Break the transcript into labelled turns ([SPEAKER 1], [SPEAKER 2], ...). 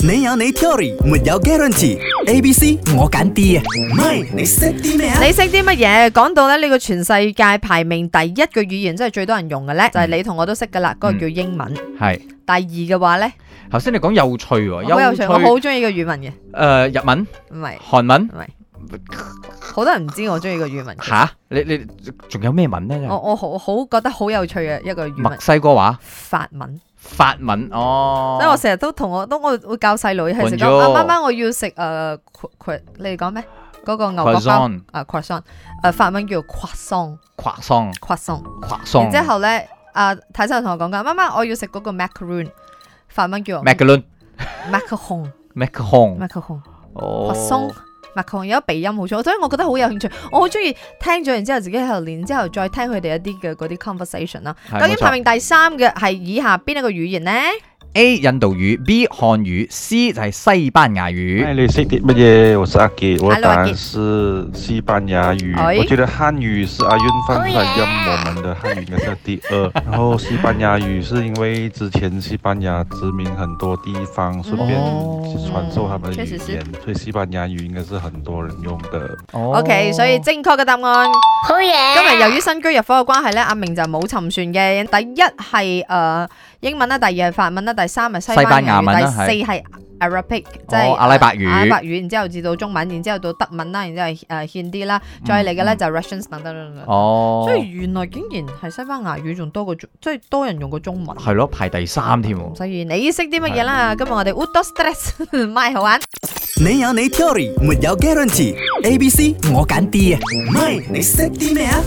[SPEAKER 1] 你有你 theory，沒有 guarantee。A、B、C 我揀 D 啊，唔係你識啲咩啊？
[SPEAKER 2] 你識啲乜嘢？講到咧呢個全世界排名第一嘅語言，即係最多人用嘅咧，就係你同我都識噶啦，嗰個叫英文。
[SPEAKER 3] 係
[SPEAKER 2] 第二嘅話咧，
[SPEAKER 3] 頭先你講有趣喎，
[SPEAKER 2] 好有趣，我好中意個語文嘅，
[SPEAKER 3] 誒日文、
[SPEAKER 2] 唔係
[SPEAKER 3] 韓文
[SPEAKER 2] 唔係，好多人唔知我中意個語文。
[SPEAKER 3] 吓？你你仲有咩文咧？
[SPEAKER 2] 我我好好覺得好有趣嘅一個語
[SPEAKER 3] 墨
[SPEAKER 2] 文，
[SPEAKER 3] 西哥話、
[SPEAKER 2] 法文。
[SPEAKER 3] 法文
[SPEAKER 2] 所以我
[SPEAKER 3] 哦，
[SPEAKER 2] 成日都同我都我會教細女係食
[SPEAKER 3] Bonjour
[SPEAKER 2] 咁啊，媽媽我要食誒 cro- cro- 你哋講咩？嗰個牛角包
[SPEAKER 3] Croissant
[SPEAKER 2] 啊 croissant，誒法文叫 croissant
[SPEAKER 3] 跨桑
[SPEAKER 2] croissant。
[SPEAKER 3] 跨
[SPEAKER 2] 然
[SPEAKER 3] 桑
[SPEAKER 2] 之後咧，啊泰生同我講緊，媽媽我要食嗰個 macaron，法文叫
[SPEAKER 3] m a c a l o n
[SPEAKER 2] macaron
[SPEAKER 3] m a c a r o n
[SPEAKER 2] macaron
[SPEAKER 3] 哦
[SPEAKER 2] croissant macaron 有鼻音好重，所以我覺得好有興趣，我好中意聽咗，然之後自己喺度練，之後再聽佢哋一啲嘅嗰啲 conversation 啦。
[SPEAKER 3] 係
[SPEAKER 2] 究竟
[SPEAKER 3] 冇錯
[SPEAKER 2] 排名第三嘅係以下邊一個語言呢？
[SPEAKER 3] A 印度語，B 韓語，C 就係西班牙
[SPEAKER 4] 哎，
[SPEAKER 3] 語。
[SPEAKER 4] 你识啲乜嘢？我是阿杰，我的
[SPEAKER 2] Hello，
[SPEAKER 4] 答
[SPEAKER 2] 阿杰
[SPEAKER 4] 案是西班牙语。
[SPEAKER 2] 哎
[SPEAKER 4] 我觉得汉语是阿运翻翻音，我们的汉语应该是第二。
[SPEAKER 2] 哎
[SPEAKER 4] 然后西班牙语是因为之前西班牙殖民很多地方，顺便
[SPEAKER 3] 哦
[SPEAKER 4] 去传授他们的
[SPEAKER 2] 确
[SPEAKER 4] 语
[SPEAKER 2] 实是
[SPEAKER 4] 言，所以西班牙语应该是很多人用的。
[SPEAKER 3] O
[SPEAKER 2] OK，所以正確嘅答案。
[SPEAKER 5] 好嘢
[SPEAKER 2] 今日由於新居入伙嘅關係咧，阿明就冇沉船嘅。第一係誒、呃英文啦，第二係法文啦，第三係西
[SPEAKER 3] 西班牙
[SPEAKER 2] 文
[SPEAKER 3] 文
[SPEAKER 2] 語，
[SPEAKER 3] 啦
[SPEAKER 2] 第四係 Arabic，即係、
[SPEAKER 3] 哦阿拉伯語
[SPEAKER 2] 呃阿拉伯語，然之後至到中文，然之後到德文啦，然之後誒 Hindi 啦，再嚟嘅咧
[SPEAKER 3] 嗯
[SPEAKER 2] 就 Russians 等等等等。
[SPEAKER 3] 哦，
[SPEAKER 2] 所以原來竟然係西班牙語仲多過中，即係多人用過中文。
[SPEAKER 3] 係咯，排第三添喎。
[SPEAKER 2] 所以你識啲乜嘢啦？今日我哋 Udo Stress 咪好玩。
[SPEAKER 1] 你有你 theory，沒有 guarantee。A、B、C 我揀 D 啊，唔係你識啲咩啊？